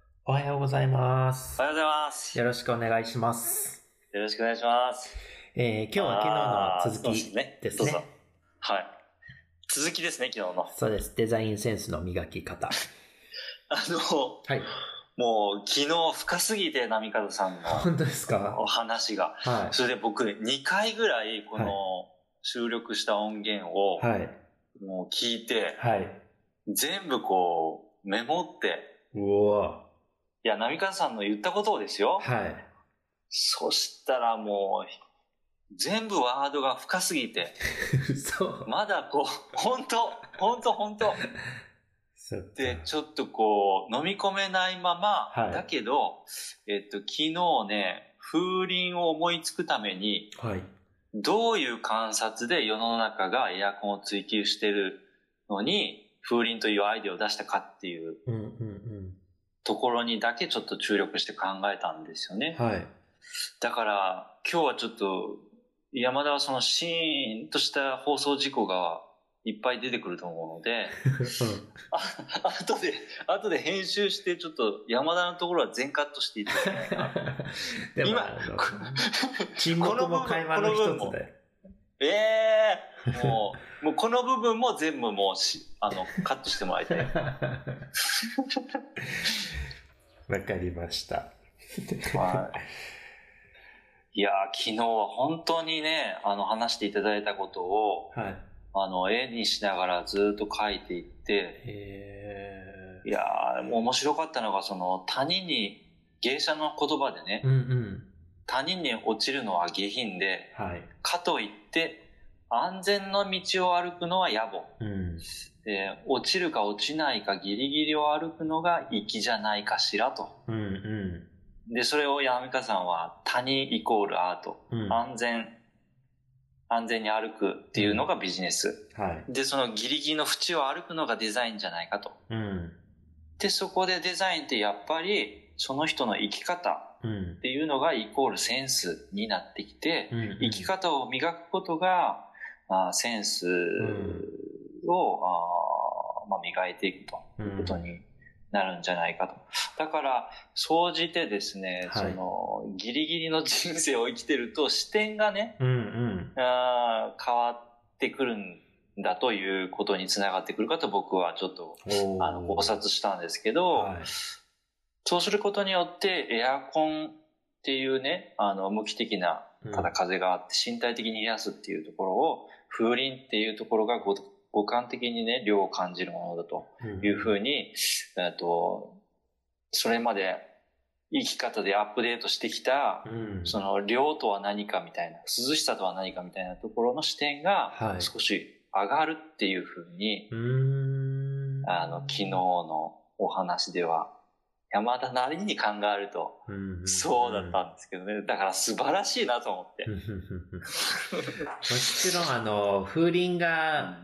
ございますお。はようございます。よろしくお願いします。よろしくお願いします。えー、今日はあー昨日の続そうきですね。どうぞはい。続きですね、昨日の。そうです。デザインセンスの磨き方。あの、はい。もう昨日深すぎて、波風さんの本当ですかお話が。はそれで僕、2回ぐらい、この収録した音源をい。、はい。もう聞いて、はい。全部こう、メモって、うおいや、波風さんの言ったことをですよー。はい。そしたらもう、全部ワードが深すぎて、そう。まだこう、本当本当本当そっかで、ちょっとこう、飲み込めないまま、はいだけど、えっと、昨日ね、風鈴を思いつくために、はい。どういう観察で世の中がエアコンを追求してるのに、風鈴というアイデアを出したかっていううんうんところにだけちょっと注力して考えたんですようん。ね。はい。だから、今日はちょっと、山田はそのシーンとした放送事故がいっぱい出てくると思うので、う 後で、後で編集して、ちょっと山田のところは全カットしていただきた いな。ん、でも今あの、沈黙も会話の一つで。ええもう、もうこの部分も全部もうし、あの、カットしてもらいたい。 わかりました。はい。いやー、昨日は本当にね、あの、話していただいたことを、はい。あの、絵にしながらずっと書いていって、えいやー、もう面白かったのが、その、他人に、芸者の言葉でねー。、うんうん。他人に落ちるのは下品で、はい。かといって、安全の道を歩くのは野暮。うん。えー落ちるか落ちないかギリギリを歩くのが粋じゃないかしらと。うんうで、それを山美香さんは、谷イコールアート。ん。うん。は安全、安全に歩くっていうのがビジネス。い。で、そのギリギリの縁を歩くのがデザインじゃないかと。うん。で、そこでデザインってやっぱり、その人の生き方うんっ。ていうのがイコールセンスになってきて、うん生き方を磨くことが、まあ、センスを、あーまあ、磨いていくということになるんじゃないかと。だから、総じてですね、はいその、ギリギリの人生を生きてると視点がね、うんうん。あー変わってくるんだということにつながってくるかと僕はちょっと、おーあの、考察したんですけど、はい。そうすることによってエアコンっていうね、あの、無機的なうんただ風があって身体的に癒やすっていうところを、風鈴っていうところがご五感的にね、量を感じるものだというふうに、えっと、それまで生き方でアップデートしてきた、うん。その量とは何かみたいな、涼しさとは何かみたいなところの視点がはい少し上がるっていうふうに、うーん。あの、昨日のお話では、山田なりに考えると、うんうんうんそうだったんですけどね。だから素晴らしいなと 思って。うんうんうんうんもちろん、あの、風鈴が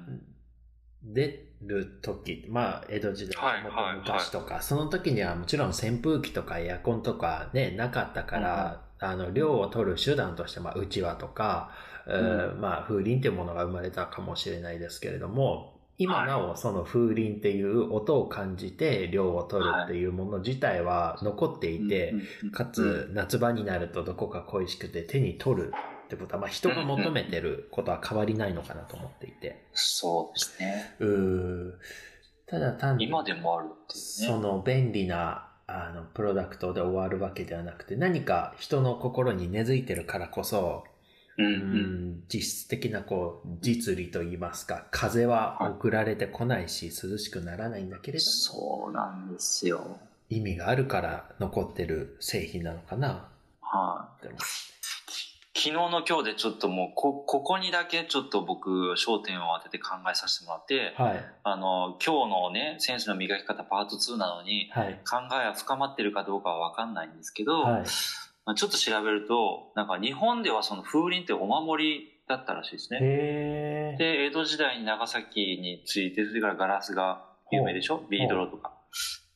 出る時、まあ、江戸時代、はいもっはいと昔とか、その時にはもちろん扇風機とかエアコンとかね、なかったから、あの、量を取る手段として、まあ、うちわとか、えーまあ、風鈴っていうものが生まれたかもしれないですけれども、今はいなおその風鈴っていう音を感じて量を取るっていうもの自体は残っていて、かつ、夏場になるとどこか恋しくて手に取るってことは、まあ人が求めてることは変わりないのかなと思っていて。そうですね。うーただ単に、今でもあるっていうそね。の便利な、あの、プロダクトで終わるわけではなくて、何か人の心に根付いてるからこそ、ううんん、実質的なこう、実利と言いますか、風は送られてこないし、涼しくならないんだけうれん。ども、そうなんですよ。意味があるから残ってる製品なのかな、はい。って思う昨日の今日でちょっともう、こ、ここにだけちょっと僕、焦点を当てて考えさせてもらって、はい、あの、今日のね、センスの磨き方パート2なのに、はい、考えは深まってるかどうかはわかんないんですけど、はい。まあちょっと調べると、なんか日本ではその風鈴ってお守りだったらしいですね。へえ。で、江戸時代に長崎について、それからガラスが有名でしょビードロとか。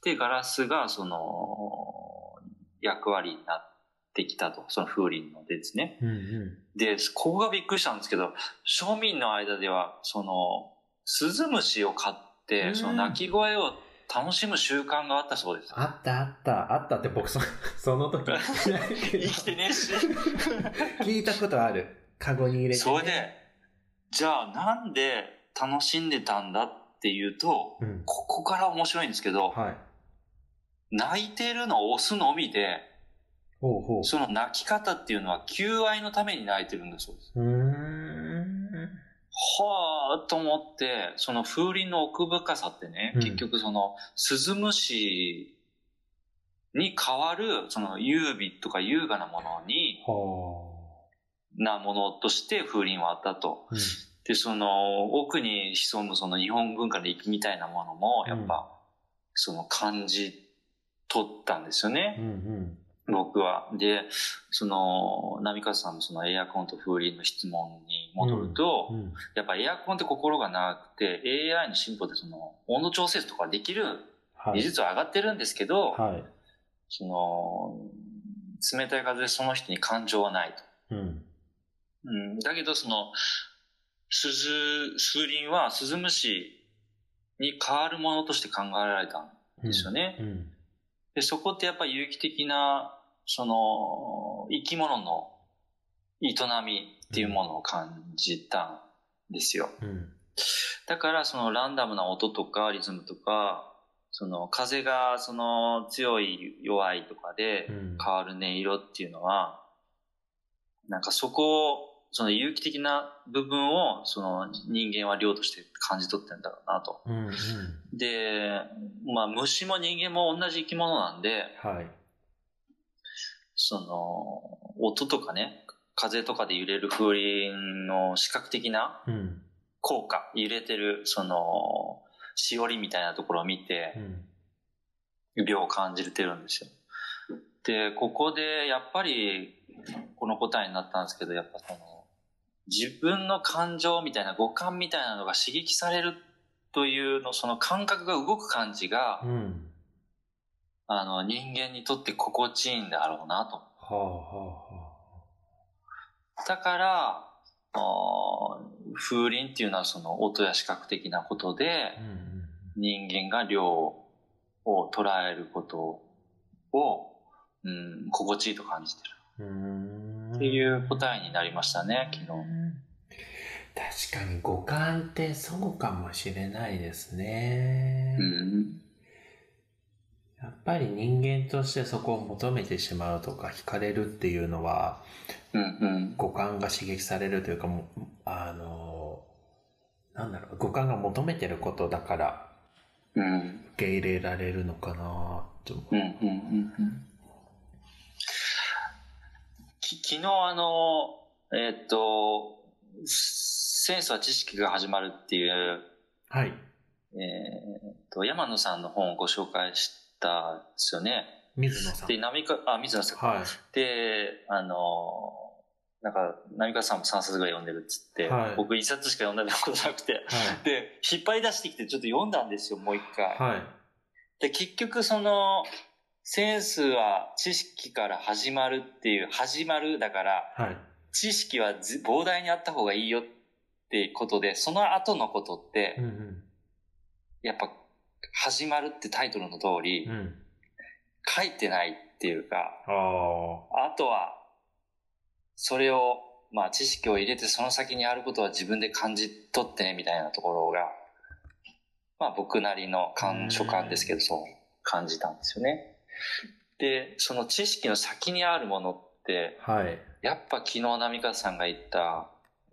で、ガラスが、その、役割になってきたと。その風鈴のですね。うんうで、ここがびっくりしたんですけど、庶民の間では、その、スズムシを買っうて、んその鳴き声を楽しむ習慣があったそうです。あったあった、あったって僕そ、 その時 生きてねえし。聞いたことある。カゴに入れて、それで、じゃあなんで楽しんでたんだっていうと、うん。ここから面白いんですけど、はい。泣いてるのを押すのみで、ほうほう。その泣き方っていうのは求愛のために泣いてるんだそうです。うーん。はあと思って、その風鈴の奥深さってね、うん結局その、鈴虫に変わる、その優美とか優雅なものに、はなものとして風鈴はあったと。あ。うんで、その、奥に潜むその日本文化の息みたいなものも、やっうんぱ、その感じ取ったんですよね。うん僕は。で、その、波川さんのそのエアコンと風鈴の質問に戻ると、うん。うん。やっぱエアコンって心がなくて、AI の進歩でその、温度調節とかできるは技い。術は上がってるんですけど、はい。その、冷たい風でその人に感情はないうと。ん。うん、だけどその、鈴、風鈴は鈴虫に変わるものとして考えられたんですよね。うん。で、そこってやっぱり有機的な、その、生き物の営みっていうものを感じたんですよ。うん。だから、そのランダムな音とかリズムとか、その風がその強い弱いとかでうん。変わる音色っていうのは、なんかそこを、その有機的な部分を、その人間は量として感じ取ってんだろうなと。うん。うん。で、まあ虫も人間も同じ生き物なんで、はい。その、音とかね、風とかで揺れる風鈴の視覚的なうん。効果、揺れてる、その、しおりみたいなところを見うて、ん。量を感じてるんですよ。で、ここで、やっぱり、この答えになったんですけど、やっぱその、自分の感情みたいな、五感みたいなのが刺激されるというの、その感覚が動く感じが、うん。あの、人間にとって心地いいんだろうなと。はあはあはだから、あー風鈴っていうのはその音や視覚的なことであ。う、ん。人間が量を捉えることを、うん、心地いいと感じてうるん。っていう答えになりましたね、昨日。確かに五感ってそうかもしれないですね。うん。やっぱり人間としてそこを求めてしまうとか惹かれるっていうのはうん、うん。五感が刺激されるというかもうあのなんだろう五感が求めてることだからうん。受け入れられるのかなって思ううんうんうんうんき昨日あの、えーっと、センスは知識が始まるっていう、はいえーっと、山野さんの本をご紹介したんですよね。水野さんで、波か、あ、水野さん。はで、あの、なんか、波川さんも3冊ぐらい読んでるっつって、はい僕1冊しか読んだことなくて、いはで、引っ張り出してきてちょっと読んだんですよ、もう一回。いはいで、結局その、センスは知識から始まるっていう、始まるだから、はい知識はず膨大にあった方がいいよっていうことで、その後のことってうん、うんやっぱ、始まるってタイトルの通りう、ん書いてないっていうか、あああとは、それを、まあ知識を入れてその先にあることは自分で感じ取ってね、みたいなところが、まあ僕なりの感、所感ですけど、そう感じたんですよね。で、その知識の先にあるものって、はいやっぱ昨日波川さんが言った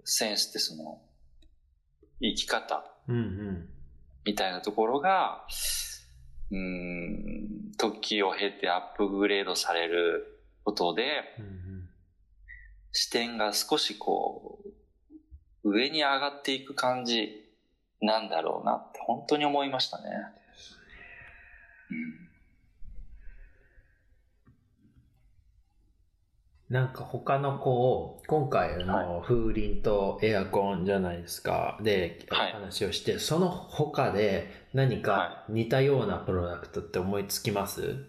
センスってその、生き方うんうんみたいなところが、うーん、時を経てアップグレードされることで、うんうん視点が少しこう、上に上がっていく感じなんだろうなって本当に思いましたね。なんか他の子を、今回あの風鈴とエアコンじゃないですか、で、はい話をして、その他で何かは似たようなプロダクトって思いつきますうん、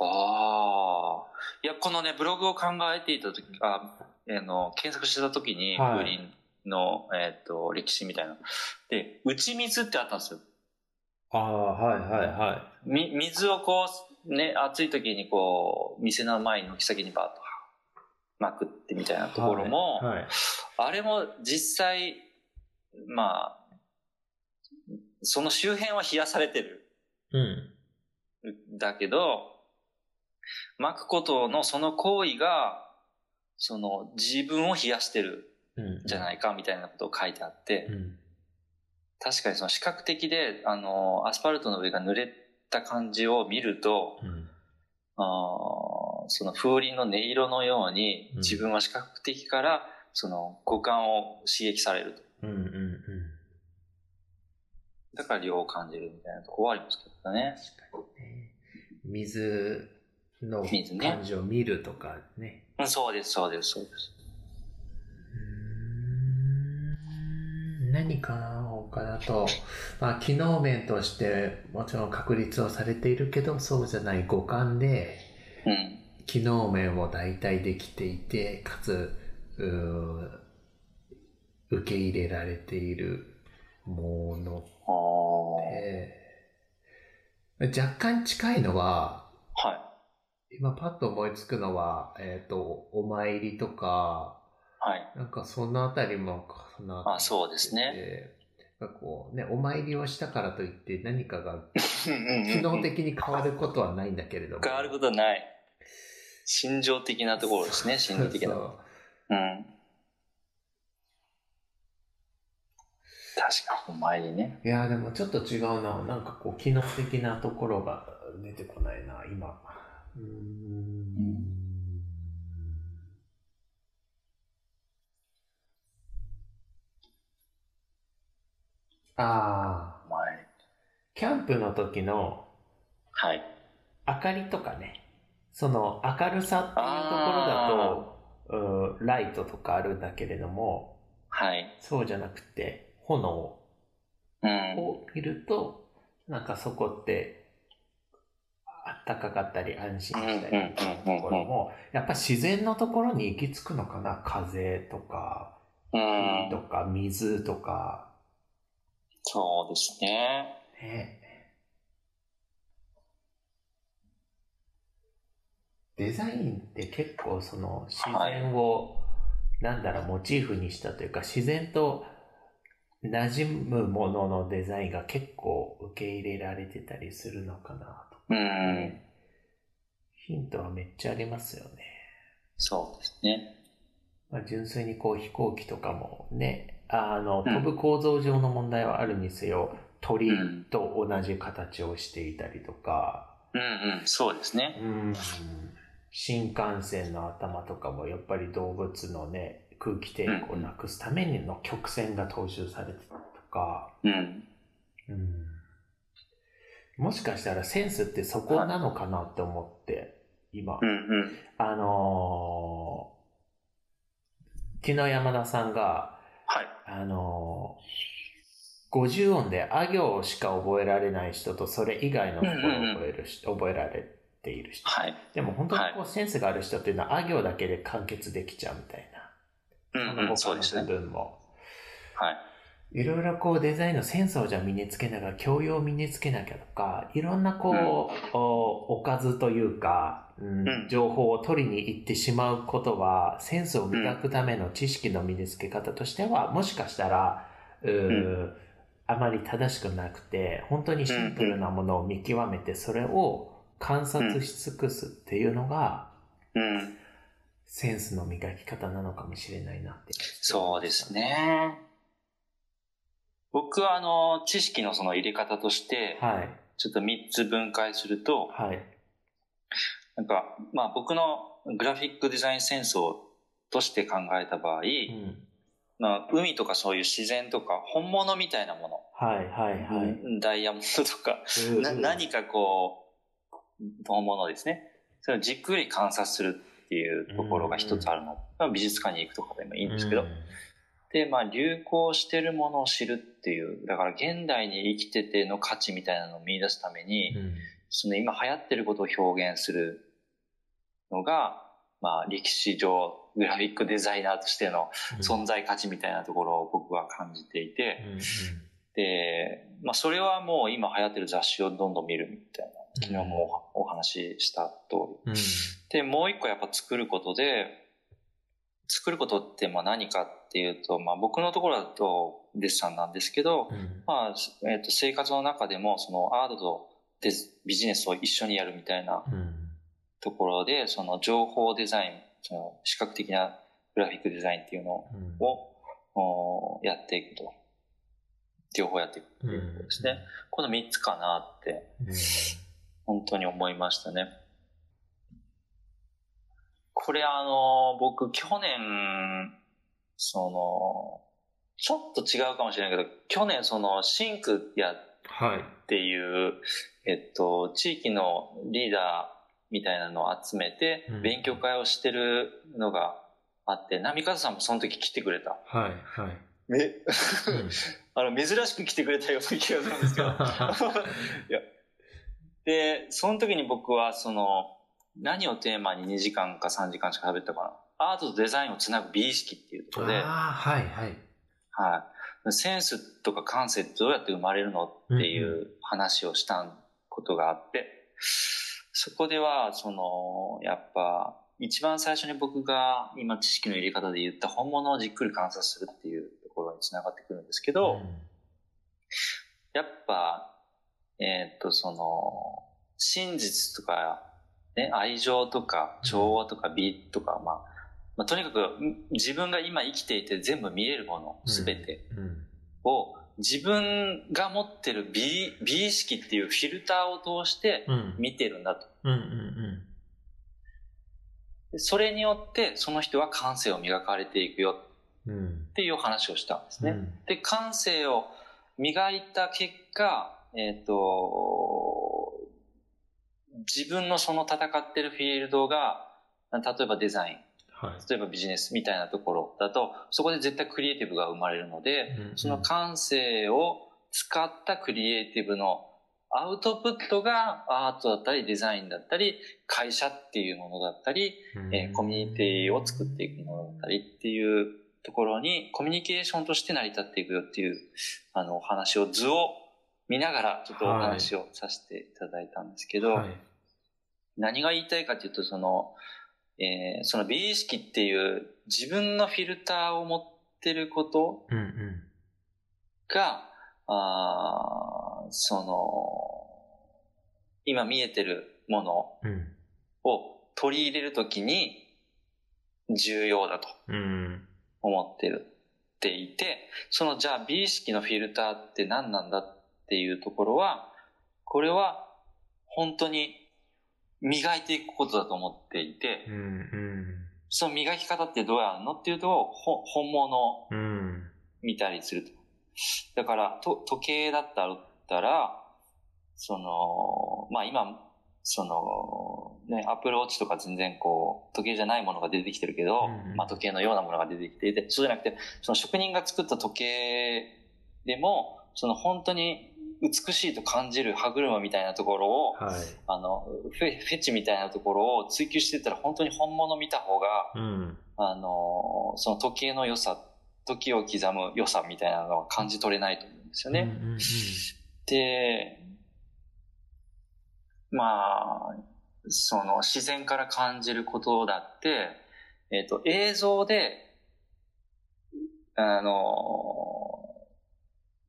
ああ。いや、このね、ブログを考えていたとき、あ、あの、検索してたときに、はい風鈴の、えっ、と、歴史みたいな。で、打ち水ってあったんですよ。ああ、はいはいはい。み、水をこう、ね、暑い時にこう、店の前に軒先にバーッとまくってみたいなところも、はいはいあれも実際、まあ、その周辺は冷やされてるうん。んだけど、巻くことのその行為が、その自分を冷やしてるうん。。んじゃないいかみたいなことを書いてあって、うん。確かにその視覚的で、あの、アスファルトの上が濡れた感じを見ると、うん。あーその風鈴の音色のようにうん自分は視覚的からその五感を刺激されると。うん。うん。うん。だから量を感じるみたいなとこはありますけどね。確かにね。水の水ね感じを見るとかね。うん、そうです、そうです、そうです。うーん何かな他だと、まあ、機能面としてもちろん確立をされているけどそうじゃない五感でうん。機能面を代替できていてかつうー受け入れられているものあーって若干近いのははい。今パッと思いつくのは、えっとお参りとかはい。なんかそのあたりもかなあそうですね。なんかこうね、お参りをしたからといって何かが機機能的に変わることはないんだけれども。変わることはない。心情的なところですね、心理的な。 そううそん。確かに、お前にね。ういや、でもちょっと違うな。なんかこう、機能的なところが出てこないな、今。うーん。ああ、お前。キャンプの時のはい。明かりとかねその明るさっていうところだとうんライトとかあるんだけれどもはい。そうじゃなくて炎をうん。見るとなんかそこってあったかかったり安心したりっていうところもやっぱ自然のところに行き着くのかな風とかう火とん。か水とかそうですね。ねデザインって結構その自然を、なんだろうモチーフにしたというか自然と馴染むもののデザインが結構受け入れられてたりするのかなと、うん。ヒントはめっちゃありますよね、そうですね。まあ、純粋にこう飛行機とかもねあの飛ぶ構造上の問題はあるにせよ鳥と同じ形をしていたりとか、うんうん。そうですね。うん新幹線の頭とかもやっぱり動物のね空気抵抗をなくすためにの曲線が踏襲されてたりとか、うん。うんもしかしたらセンスってそこなのかなって思って今、うんうん。あのー昨日山田さんがはい。あのー50音であ行しか覚えられない人とそれ以外のところを覚える人、覚えられている人はい。でも本当にこうセンスがある人っていうのは、あ行だけで完結できちゃうみたいな。うんうん。そうですね。部分も。はい。いろいろこうデザインのセンスをじゃあ身につけながら、教養を身につけなきゃとか、いろんなこう、うんおおかずというか、うんうん情報を取りに行ってしまうことは、センスを磨くための知識の身につけ方としては、もしかしたら、うーうあまり正しくなくて、本当にシンプルなものを見極めて、それを観察し尽くすっていうのが、うん。センスの磨き方なのかもしれないなって。そうです。ね。僕はあの、知識のその入れ方として、はい。ちょっと3つ分解すると、はい。なんか、まあ僕のグラフィックデザインセンスをとして考えた場合、うん。まあ、海とかそういう自然とか本物みたいなもはい、はい、の、はい。ダイヤモンドとか、うんな何かこう、本物ですね。それをじっくり観察するっていうところが一つあるの。まあ美術館に行くとかでもいいんですけど、で、まあ、流行してるものを知るっていう、だから現代に生きてての価値みたいなのを見出すために、うん。その今流行ってることを表現するのが、まあ、歴史上、グラフィックデザイナーとしてのうん存在価値みたいなところを僕は感じていて、うんで、まあ、それはもう今流行ってる雑誌をどんどん見るみたいな。昨日もお話しした通り。で、もう一個やっぱ作ることで、作ることってまあ何かっていうと、まあ、僕のところだとデッサンなんですけど、うんまあえっと生活の中でもそのアートとデスビジネスを一緒にやるみたいなうんところでその情報デザインその視覚的なグラフィックデザインっていうのうんを、おやっていくと両方やっていくっていうことですね、この3つかなってうん本当に思いましたね。これあの、僕去年、その、ちょっと違うかもしれないけど、去年その、シンクやっはい。ていう、えっと、地域のリーダーみたいなのを集めてうん、勉強会をしてるのがあって、波風さんもその時来てくれた。はい。はい。め、うんあの、珍しく来てくれたような気がするんです けど。いや。で、その時に僕は、その、何をテーマに2時間か3時間しか喋ったかな。アートとデザインをつなぐ美意識っていうところで、はい、ああ、はい、はい。センスとか感性ってどうやって生まれるのっていうんう話をしたことがあって、そこでは、その、やっぱ、一番最初に僕が今知識の入れ方で言った本物をじっくり観察するっていうところにつながってくるんですけど、やっぱ、えーっと、その、真実とか、ね、愛情とか、調和とか、美とか、まあ、まあ、とにかく、ん自分が今生きていて全部見えるもの、すべてうん。うんを、自分が持ってる美、美意識っていうフィルターを通してうん。見てるんだと。うん。うん。でそれによって、その人は感性を磨かれていくようん。うんっていうお話をしたんですね。。で、感性を磨いた結果、えっ、と、自分のその戦ってるフィールドが、例えばデザイン、はい。例えばビジネスみたいなところだと、そこで絶対クリエイティブが生まれるので、うんその感性を使ったクリエイティブのアウトプットがアートだったりデザインだったり、会社っていうものだったり、えーコミュニティを作っていくものだったりっていうところに、コミュニケーションとして成り立っていくよっていう、あの、お話を図を見ながらちょっとお話をさせていただいたんですけど、はい。何が言いたいかというと、その、えーその美意識っていう自分のフィルターを持ってることうん。うん。が、あーその、今見えてるものうん。を取り入れるときに重要だとうん。思ってるっていて、そのじゃあ美意識のフィルターって何なんだっていうところは、これは本当に磨いていくことだと思っていてう、ん。その磨き方ってどうやるのっていうと、ほ本物をうん。見たりすると。だから、と時計だったら、その、まあ今、その、ね、アップルウォッチとか全然こう、時計じゃないものが出てきてるけど、うんうんまあ時計のようなものが出てきていて、そうじゃなくて、その職人が作った時計でも、その本当に美しいと感じる歯車みたいなところを、はい。あの、フェフェチみたいなところを追求していったら本当に本物見た方が、うん。あの、その時計の良さ、時を刻む良さみたいなのは感じ取れないと思うんですよね。うん。うん。で、まあ、その自然から感じることだって、えっ、と、映像で、あの、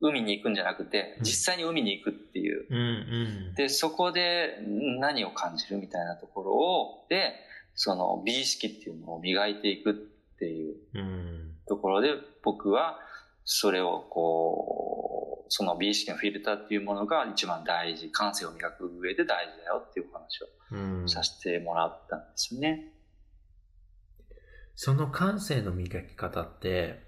海に行くんじゃなくて、うん実際に海に行くっていう。うん。うん。で、そこで何を感じるみたいなところを、で、その美意識っていうのを磨いていくっていううん。ところで僕はそれをこうその美意識のフィルターっていうものが一番大事感性を磨く上で大事だよっていうお話うんを。させてもらったんですよね。その感性の磨き方って、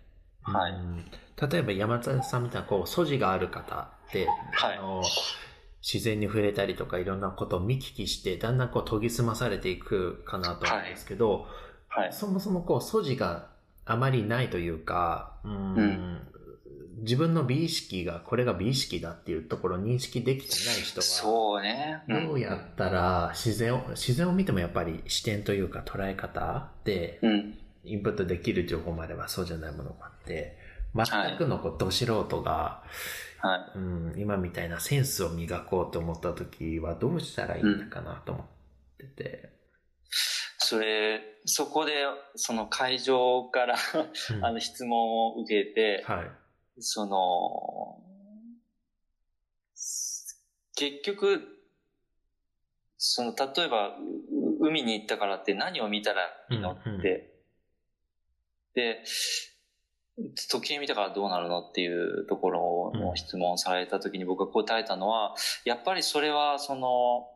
はいうん例えば山田さんみたいなこう素地がある方って、はいあの自然に触れたりとかいろんなことを見聞きしてだんだんこう研ぎ澄まされていくかなと思うんですけど、はい、そもそもこう素地があまりないというか、うんうん自分の美意識がこれが美意識だっていうところを認識できてない人はそうね。んどうやったら自然を自然を見てもやっぱり視点というか捉え方でうんインプットできる情報もあればそうじゃないものもあって、全くのこう、ど素人が、はい。うん、今みたいなセンスを磨こうと思った時はどうしたらいいのかなと思ってて。それ、そこで、その会場から うんあの質問を受けて、はい。その、結局、その、例えば、う海に行ったからって何を見たらいいのって、うんうんで、時計見たからどうなるのっていうところの質問をされた時に僕が答えたのは、やっぱりそれは、その、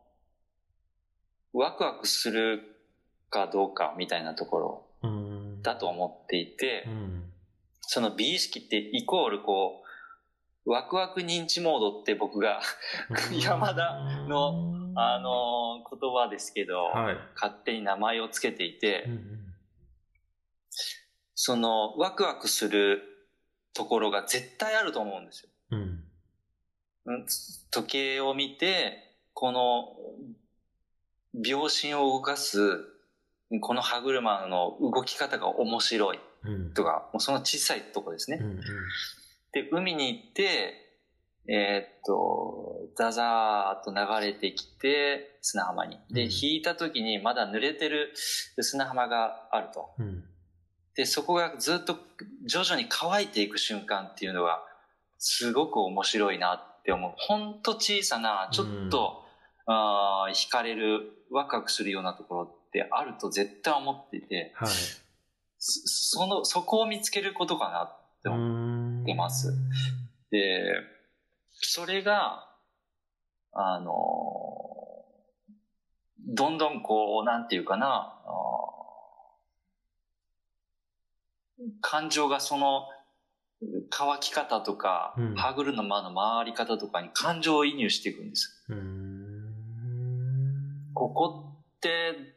ワクワクするかどうかみたいなところうん。だと思っていて、うん。その美意識ってイコールこう、ワクワク認知モードって僕が、山田のあ、のー言葉ですけど、はい。勝手に名前をつけていて、うんうんそのワクワクするところが絶対あると思うんですよ。うん。うん時計を見て、この、秒針を動かす、この歯車の動き方が面白いうん。とか、もうその小さいとこですねう。ん。で、海に行って、えーっと、ザザーっと流れてきて、砂浜に。で、うん引いた時にまだ濡れてる砂浜があると。うん。うん。で、そこがずっと徐々に乾いていく瞬間っていうのが、すごく面白いなって思う。ほんと小さな、ちょっと、あー惹かれる、ワクワクするようなところってあると絶対思っていて、はい。そその、そこを見つけることかなって思う。思ってますで、それが、あの、どんどんこう、なんていうかな、あー感情がその、乾き方とかうん、歯車の回り方とかに感情を移入していくんです。うん。ここって、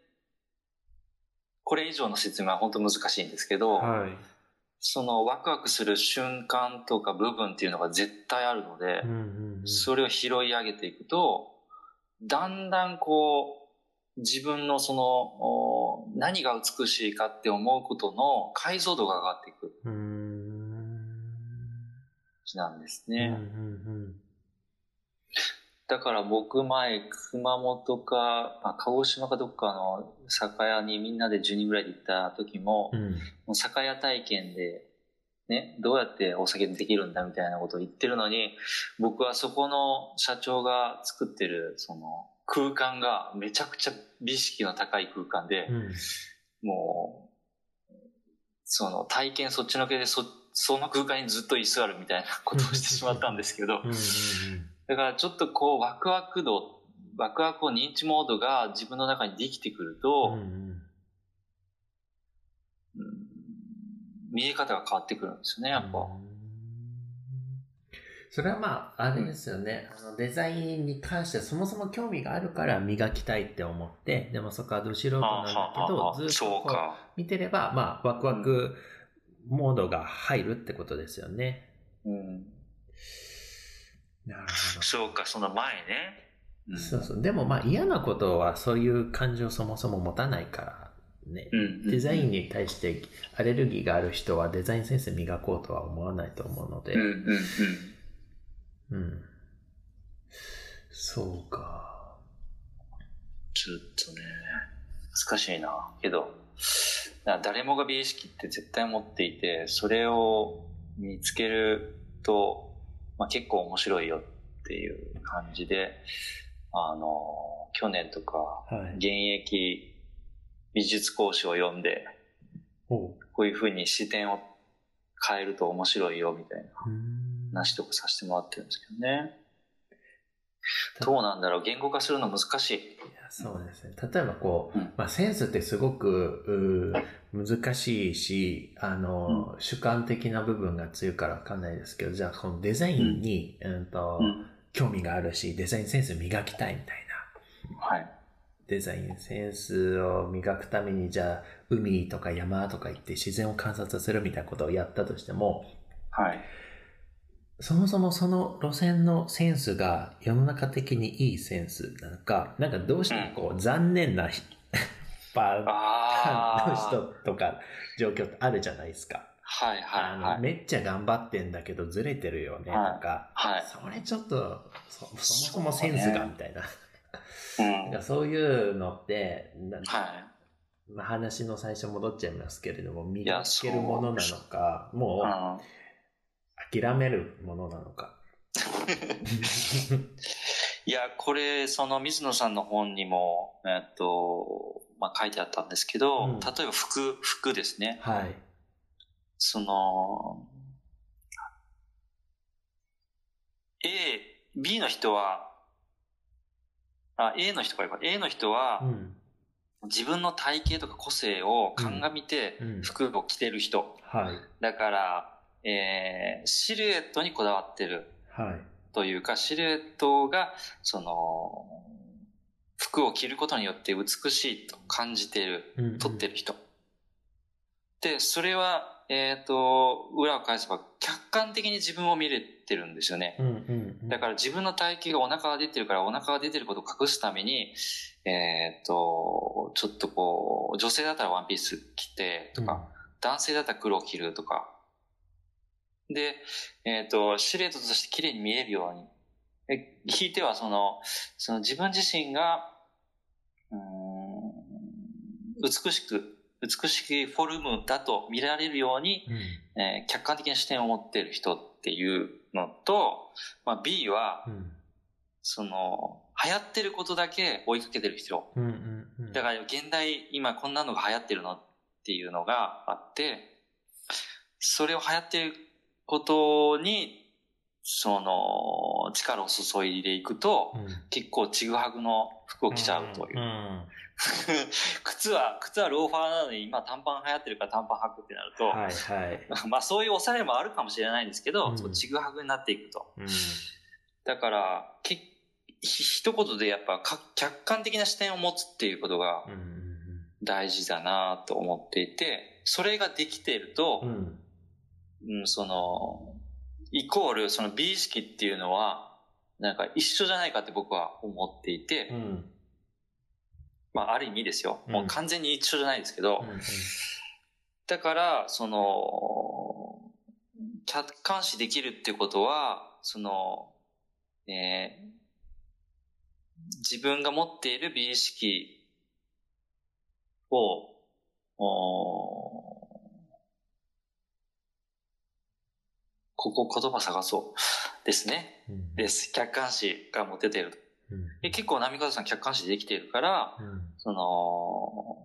これ以上の説明は本当難しいんですけど、はそのワクワクする瞬間とか部分っていうのが絶対あるので、い。うんうんうん。それを拾い上げていくと、だんだんこう、自分のその、お何が美しいかって思うことの解像度が上がっていくうーん。なんですうんね。うんだから僕前、熊本か、あ、鹿児島かどっかの酒屋にみんなで10人ぐらいで行った時も、うん。うんもう酒屋体験で、ね、どうやってお酒できるんだみたいなことを言ってるのに、僕はそこの社長が作ってる、その、空間がめちゃくちゃ美意識の高い空間で、うん。もう、その体験そっちのけでそ、その空間にずっと居座るみたいなことをしてしまったんですけどう、んだからちょっとこうワクワク度、ワクワクを認知モードが自分の中にできてくるうんうん。うと、んうんうん見え方が変わってくるんですよね、やっぱ。それはまあ、あれですよね。あのデザインに関してそもそも興味があるから磨きたいって思って、でもそこはど素人なんだけど、ずっとそうこうか。見てれば、まあ、ワクワクモードが入るってことですよね。うん。なるそうか、その前ね。うんそうそう。でもまあ嫌なことはそういう感情そもそも持たないからね。うんデザインに対してアレルギーがある人はデザインセンス磨こうとは思わないと思うので。うんうんうん。うん。そうか。ちょっとね、難しいな。けど、な誰もが美意識って絶対持っていて、それを見つけると、まあ、結構面白いよっていう感じで、あの、去年とか、はい。現役美術講師を読んで、おうこういう風に視点を変えると面白いよみたいなうん話とかさせてもらってるんですけどね。どうなんだろう言語化するの難しい。いやそうですね。例えばこう、うんまあ、センスってすごくうー難しいし、あの、主観的な部分が強いからわかんないですけど、じゃあこのデザインに、うんとうん興味があるし、デザインセンス磨きたいみたいな。はい。デザインセンスを磨くために、じゃあ海とか山とか行って自然を観察するみたいなことをやったとしても、はい。そもそもその路線のセンスが世の中的にいいセンスなのか、なんかどうしてもこう残念な ひパターンのああ。人とか状況ってあるじゃないですか。はいはあいのはい。めっちゃ頑張ってんだけどずれてるよねとはいか、はい。それちょっとそそそうねもそもセンスがみたいなうん。なんはい。かそういうのって、なはまあ、話の最初戻っちゃいますけれども磨やけるものなのかもうん。う諦めるものなの か。いや、これ、その水野さんの本にも、えっと、まあ、書いてあったんですけど、うん例えば服、服ですね。はい。その、A、B の人は、あ、A の人から言えば、A の人はう、ん。自分の体型とか個性を鑑みてうんうん、服を着てる人。はい。だから、えーシルエットにこだわってるはい。というか、シルエットが、その、服を着ることによって美しいと感じている、うんうん撮ってる人。で、それは、えっ、と、裏を返せば客観的に自分を見れてるんですよね。うんうんうん。だから自分の体型がお腹が出てるからお腹が出てることを隠すために、えっ、と、ちょっとこう、女性だったらワンピース着てとか、男性だったら黒を着るとか。で、えっ、と、シルエットとして綺麗に見えるように。え、ひいてはその、その自分自身が、うーん、美しく、美しいフォルムだと見られるように、うん、えー客観的な視点を持っている人っていうのと、まあ、B はう、ん。その、流行ってることだけ追いかけてる人。うんうんうん。だから現代今こんなのが流行ってるのっていうのがあって、それを流行ってることに、その、力を注いでいくと、うん、結構ちぐはぐの服を着ちゃうという。ん 靴は、靴はローファーなのに今短パン流行ってるから短パン履くってなると、はいはい。 まあそういうおされもあるかもしれないんですけど、うんそうちぐはぐになっていくと。うんだから、けひ一言でやっぱか客観的な視点を持つっていうことがうん大事だなと思っていて、それができていると、うんうんうんその、イコール、その美意識っていうのは、なんか一緒じゃないかって僕は思っていて、うんうんまあある意味ですよ。うんもう完全に一緒じゃないですけど、うんだから、その、客観視できるってことは、その、えー自分が持っている美意識を、おーここ言葉探そう。ですね。うんです。客観視が持ててる。うんで結構波風さん客観視できているから、うんその、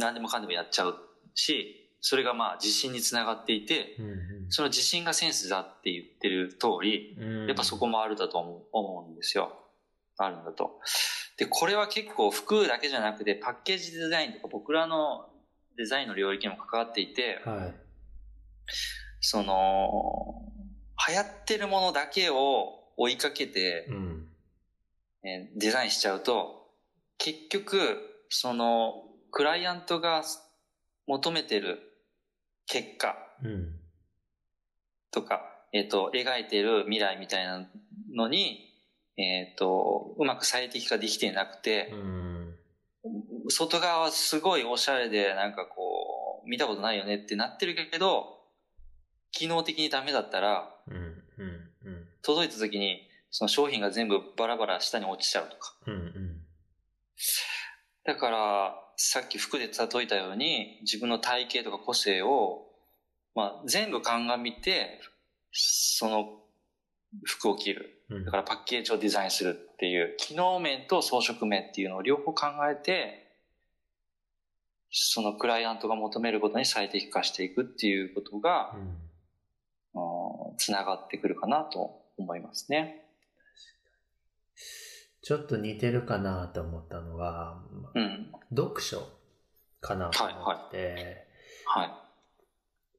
何でもかんでもやっちゃうし、それがまあ自信につながっていて、うんその自信がセンスだって言ってる通り、うんやっぱそこもあるだと思う思うんですよ。あるんだと。で、これは結構服だけじゃなくてパッケージデザインとか僕らのデザインの領域にも関わっていて、はいその、流行ってるものだけを追いかけて、うんえーデザインしちゃうと、結局、その、クライアントが求めてる結果うんとか、えっ、と、描いてる未来みたいなのに、えっ、と、うまく最適化できてなくてう、ん外側はすごいおしゃれで、なんかこう、見たことないよねってなってるけど、機能的にダメだったら、うんうんうん届いた時に、その商品が全部バラバラ下に落ちちゃうとか。うんだから、さっき服で例えたように、自分の体型とか個性を、まあ、全部鑑みて、その服を着る。うんだからパッケージをデザインするっていう、機能面と装飾面っていうのを両方考えて、そのクライアントが求めることに最適化していくっていうことが、うんうんつながってくるかなと思いますね。ちょっと似てるかなと思ったのはうん。読書かなと思って、はい。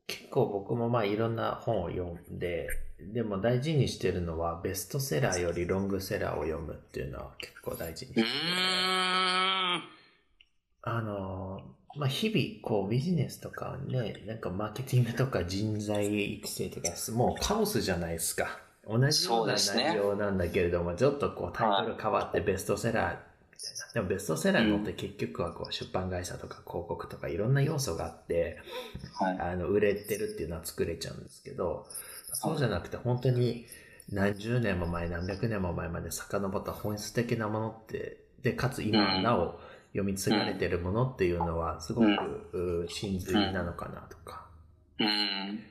結構僕もまあいろんな本を読んででも大事にしてるのはベストセラーよりロングセラーを読むっていうのは結構大事にしてうてーん。あのーまあ、日々、こう、ビジネスとかね、なんかマーケティングとか人材育成とか、もうカオスじゃないですか。同じようそうなですね内容なんだけれども、ちょっとこう、タイトル変わってベストセラーたいな。でもベストセラーのって結局はこう出版会社とか広告とかいろんな要素があって、はい。あの、売れてるっていうのは作れちゃうんですけど、そうじゃなくて本当に何十年も前、何百年も前まで遡った本質的なものって、で、かつ今なお読み継がれてるものっていうのはすごく、真髄なのかなとか。うん。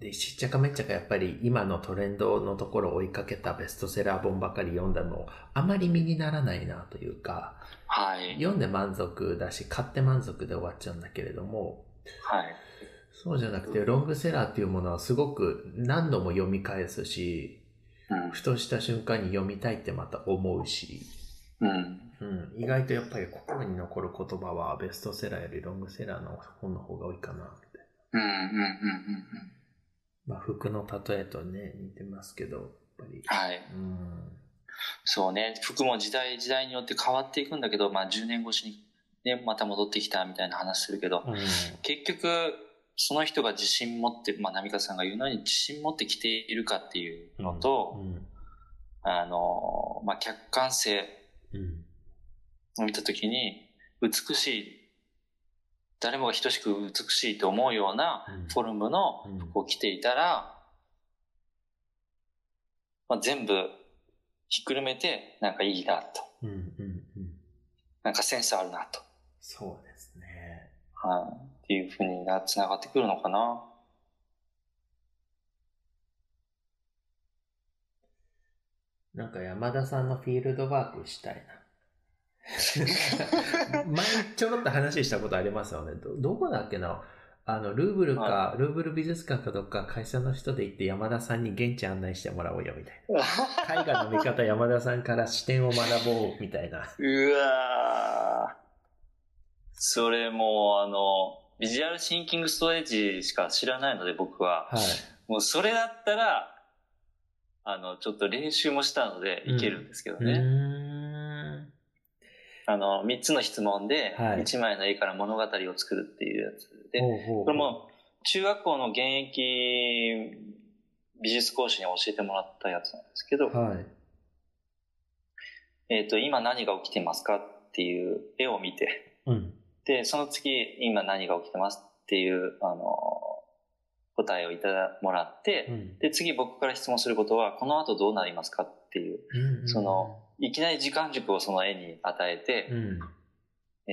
で、しっちゃかめっちゃかやっぱり今のトレンドのところを追いかけたベストセラー本ばかり読んだのあまり身にならないなというか、はい。読んで満足だし、買って満足で終わっちゃうんだけれども、はい。そうじゃなくて、ロングセラーっていうものはすごく何度も読み返すし、うん、ふとした瞬間に読みたいってまた思うし、うん。うん、意外とやっぱり心に残る言葉はベストセラーよりロングセラーの本の方が多いかな、みたいな。うんうんうんうんうんまあ、服の例えとね、似てますけど、やっぱり。はい。うん。そうね、服も時代時代によって変わっていくんだけど、まあ10年越しにね、また戻ってきたみたいな話するけど、うん、結局、その人が自信持って、まあ、波川さんが言うのに自信持ってきているかっていうのと、うんうん、あの、まあ、客観性を見たときに、美しい誰もが等しく美しいと思うようなフォルムの服を着ていたら、まあ、全部ひっくるめてなんかいいなと、うんうんうん、なんかセンスあるなとそうですねはい、っていうふうにつながってくるのか ななんか山田さんのフィールドワークしたいな 前ちょろっと話したことありますよね。ど、どこだっけなあの、ルーブルか、はい、ルーブル美術館かどっか会社の人で行って山田さんに現地案内してもらおうよみたい な。絵画の見方山田さんから視点を学ぼうみたいな。うわそれもうあの、ビジュアルシンキングストレッジしか知らないので僕は。はい。もうそれだったら、あの、ちょっと練習もしたのでいけるんですけどね。うんあの、3つの質問で、1枚の絵から物語を作るっていうやつで、はい、これも、中学校の現役美術講師に教えてもらったやつなんですけど、はい、えっ、ー、と、今何が起きてますかっていう絵を見て、うん、で、その次、今何が起きてますっていう、あの、答えをいただもらって、うん、で、次僕から質問することは、この後どうなりますかっていう、うんうん、その、いきなり時間軸をその絵に与えて、うん、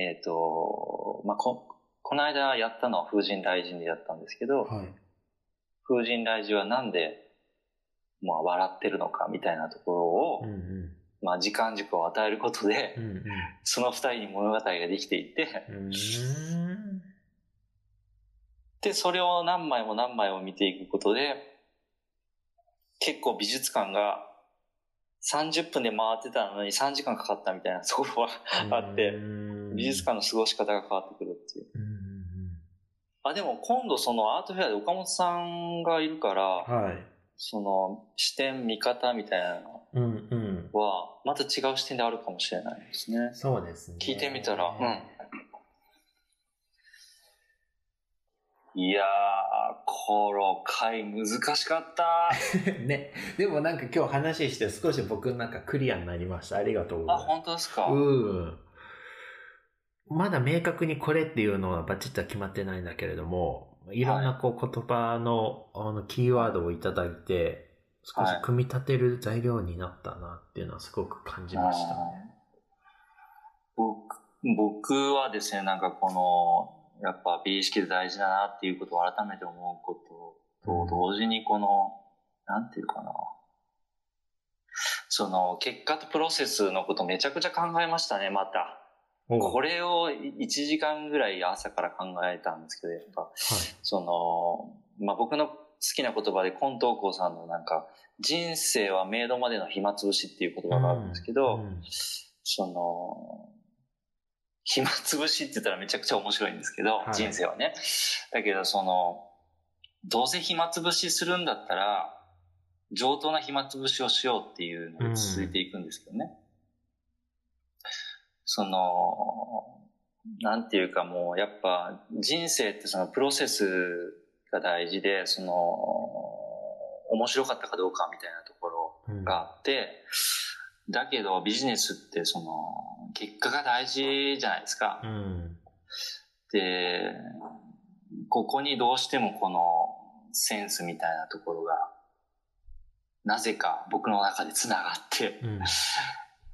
えっ、ー、と、まあ、こ、この間やったのは風神雷神でやったんですけど、はい、風神雷神はなんで、まあ、笑ってるのかみたいなところを、うんうん、まあ、時間軸を与えることで、うんうん、その二人に物語ができていってで、それを何枚も何枚も見ていくことで、結構美術館が30分で回ってたのに3時間かかったみたいなところはあって、美術館の過ごし方が変わってくるっていう。あ、でも今度そのアートフェアで岡本さんがいるから、はい、その視点、見方みたいなのは、また違う視点であるかもしれないですね。うんうん、そうですね。聞いてみたら、うん。いやー、この回難しかった。ね。でもなんか今日話して少し僕なんかクリアになりました。ありがとうございます。 あ、本当ですか、うん。まだ明確にこれっていうのはバチッと決まってないんだけれども、いろんなこう言葉の,、あのキーワードをいただいて、少し組み立てる材料になったなっていうのはすごく感じました、ねはい僕はですね、なんかこの、やっぱ美意識で大事だなっていうことを改めて思うことと同時にこの、うん、なんていうかな。その結果とプロセスのことめちゃくちゃ考えましたね、また。これを1時間ぐらい朝から考えたんですけど、やっぱ、はい、その、まあ、僕の好きな言葉で今東光さんのなんか、人生はメイドまでの暇つぶしっていう言葉があるんですけど、うんうん、その、暇つぶしって言ったらめちゃくちゃ面白いんですけど、はい、人生はね。だけど、その、どうせ暇つぶしするんだったら、上等な暇つぶしをしようっていうのが続いていくんですけどね。うん、その、なんていうかもう、やっぱ人生ってそのプロセスが大事で、その、面白かったかどうかみたいなところがあって、うんだけどビジネスってその、結果が大事じゃないですか。うん。で、ここにどうしてもこのセンスみたいなところが、なぜか僕の中で繋がって、うん。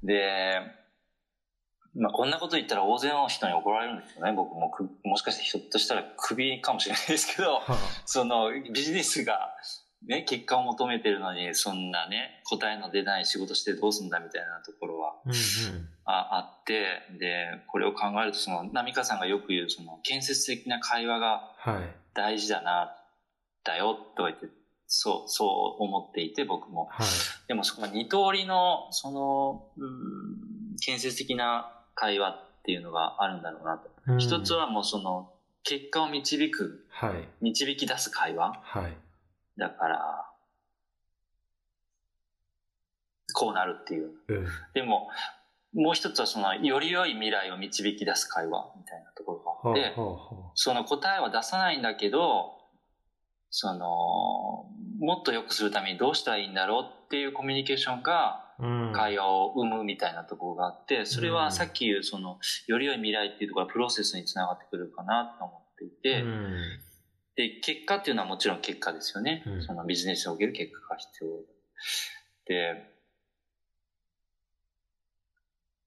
で、まあ、こんなこと言ったら大勢の人に怒られるんですよね。僕もく、もしかしてひょっとしたらクビかもしれないですけど、 はあそのビジネスが、ね、結果を求めてるのに、そんなね、答えの出ない仕事してどうすんだみたいなところはうんああって、で、これを考えると、その、波川さんがよく言う、その、建設的な会話がうん。はい。大事だな、だよ、と言って、そう、そう思っていて、僕も。はい。でも、その二通りの、その、うん、建設的な会話っていうのがあるんだろうなと。うん一つ。はもうその、結果を導く、はい。導き出す会話。はい。だから、こうなるっていう。うん。でも、もう一つはその、より良い未来を導き出す会話みたいなところはがあっあ、て、はあ、はその答えは出さないんだけど、その、もっと良くするためにどうしたらいいんだろうっていうコミュニケーションがあ。うん。会話を生むみたいなところがあって、それはさっき言うその、より良い未来っていうところがプロセスにつながってくるかなと思っていて、うん。で、結果っていうのはもちろん結果ですよね。うんそのビジネスにおける結果が必要。で、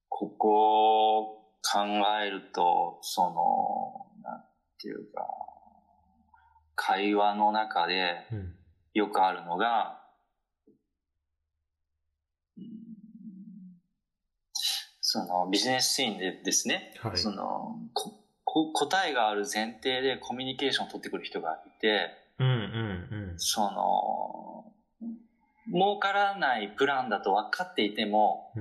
ここを考えると、その、なんていうか、会話の中でうん。よくあるのが、うんそのビジネスシーンでですね、はい。そのここ答えがある前提でコミュニケーションを取ってくる人がいてうんうんその儲からないプランだと分かっていても、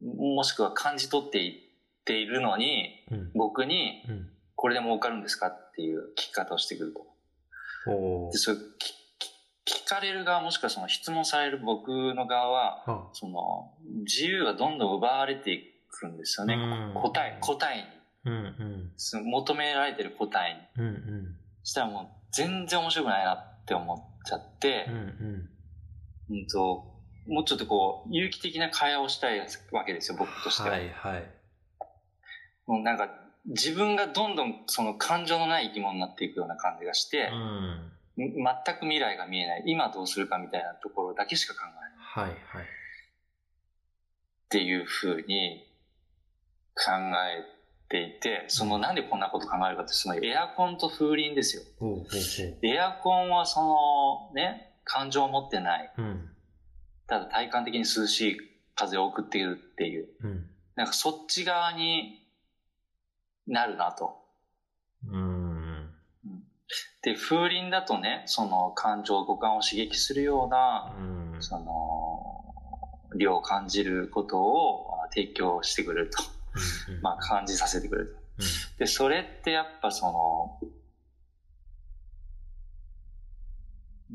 もしくは感じ取っていっているのにうん。うん。僕にうん。 「これで儲かるんですか?」っていう聞き方をしてくると。おでー。それ聞聞聞かれる側もしくはその質問される僕の側ははその自由がどんどん奪われていくんですよあ。ね。うん答え答えにうんうん。その求められてる答えに。うんうん。したらもう全然面白くないなって思っちゃってうん、うん。うん、ともうちょっとこう、有機的な会話をしたいわけですよ、僕としては。はいはい。もうなんか、自分がどんどんその感情のない生き物になっていくような感じがしてう、ん。全く未来が見えない、今どうするかみたいなところだけしか考えないっはいはい。ていうふうに考えていて、そのなんでこんなこと考えるかって、そのエアコンと風鈴ですよ。おうおうおエアコンはそのね、感情を持ってない。う。うん。ただ体感的に涼しい風を送っているっていう、うん。なんかそっち側になるなと。うん。で、風鈴だとね、その感情、五感を刺激するような、うん。その、量を感じることをあ提供してくれると。まあ感じさせてくれるうんと。で、それってやっぱその、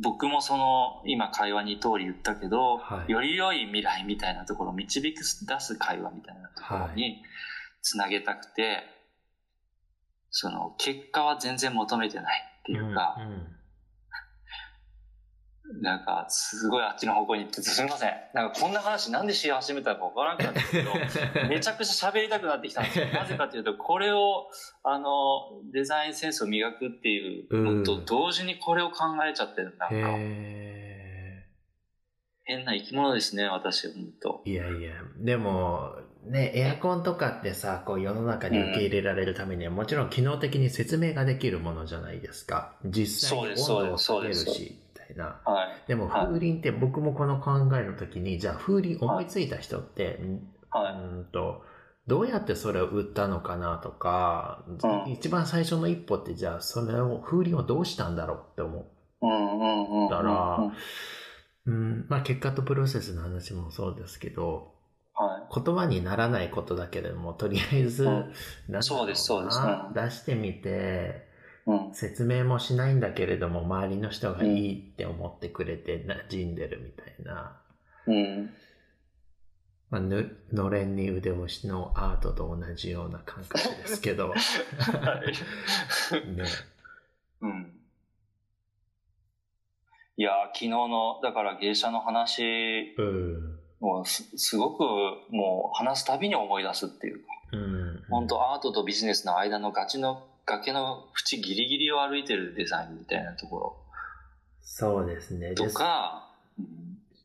僕もその、今会話に通り言ったけど、はいより良い未来みたいなところを導き出す会話みたいなところにつなげたくて、その結果は全然求めてないっていうか、なんかすごいあっちの方向に行ってすみませんなんかこんな話なんでし始めたのかわからんかったんですけどめちゃくちゃ喋りたくなってきたん ですよなぜかというとこれをあのデザインセンスを磨くっていうのと同時にこれを考えちゃってるなんへかえ。変な生き物ですね私本当いやいや、でも、ね、エアコンとかってさ、こう世の中に受け入れられるためには、もちろん機能的に説明ができるものじゃないですか。実際にそう温ですそう度をです下げるそうですし、みたいな。はいでもはい風鈴って僕もこの考えの時に、じゃあ風鈴思いついた人って、はういーんと、どうやってそれを売ったのかなとか、うん一番最初の一歩ってじゃあそれを、風鈴をどうしたんだろうって思うんうんうんうんだからはいうん。まあ結果とプロセスの話もそうですけど、言葉にならないことだけでも、とりあえず、うんなんだろなそうですそうですうん出してみて、うん説明もしないんだけれども、周りの人がいいって思ってくれて馴染んでるみたいな。うんまあ、ぬのれんに腕押しのアートと同じような感覚ですけ ど。はいね。うん。 いやー、昨日の、だから芸者の話うん。もうすすごくもう話すたびに思い出すっていうか、うん。本当アートとビジネスの間のガチの崖の縁ギリギリを歩いてるデザインみたいなところそうですね。とでか、うん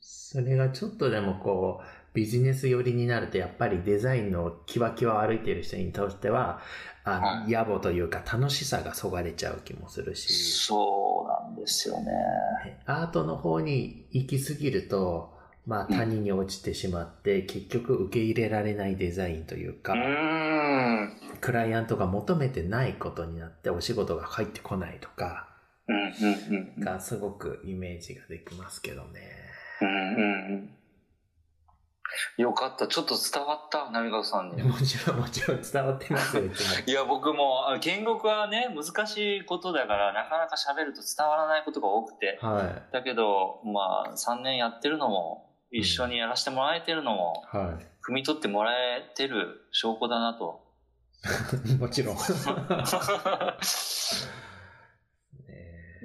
それがちょっとでもこう、ビジネス寄りになると、やっぱりデザインのキワキワを歩いている人にとっては、あの、は野暮というか楽しさがそがれちゃう気もするし、そうなんですよね。アートの方に行き過ぎると、まあうん谷に落ちてしまって、結局受け入れられないデザインといううか、ん。クライアントが求めてないことになってお仕事が入ってこないとか、うんうんうんうんがすごくイメージができますけどね。うんうんうんよかった。ちょっと伝わった、波川さんに。もちろんもちろん伝わって ますよ、うちも。いや、僕も、あ言語化はね、難しいことだから、なかなか喋ると伝わらないことが多くて。はだけど、まあ、3年やってるのも、一緒にやらせてもらえてるのも、い。は汲み取ってもらえてる証拠だな と。い。 も ちろん。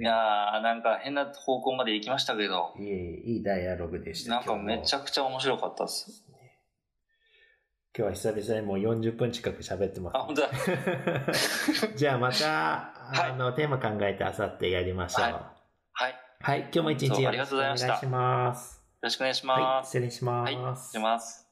いやー、なんか変な方向まで行きましたけど、いえいえ、いいダイアログでした。なんかめちゃ。ゃくちゃ面白かったっす。今日は久々にもう40分近く喋ってます、あ、本当だ。 じゃあまた、はいあの、テーマ考えてあさってやりましょう。ははいい。はい。よ今日も一日よろしくお願いします。ろしくお願いしはい、ます。失礼します。はい、行きます。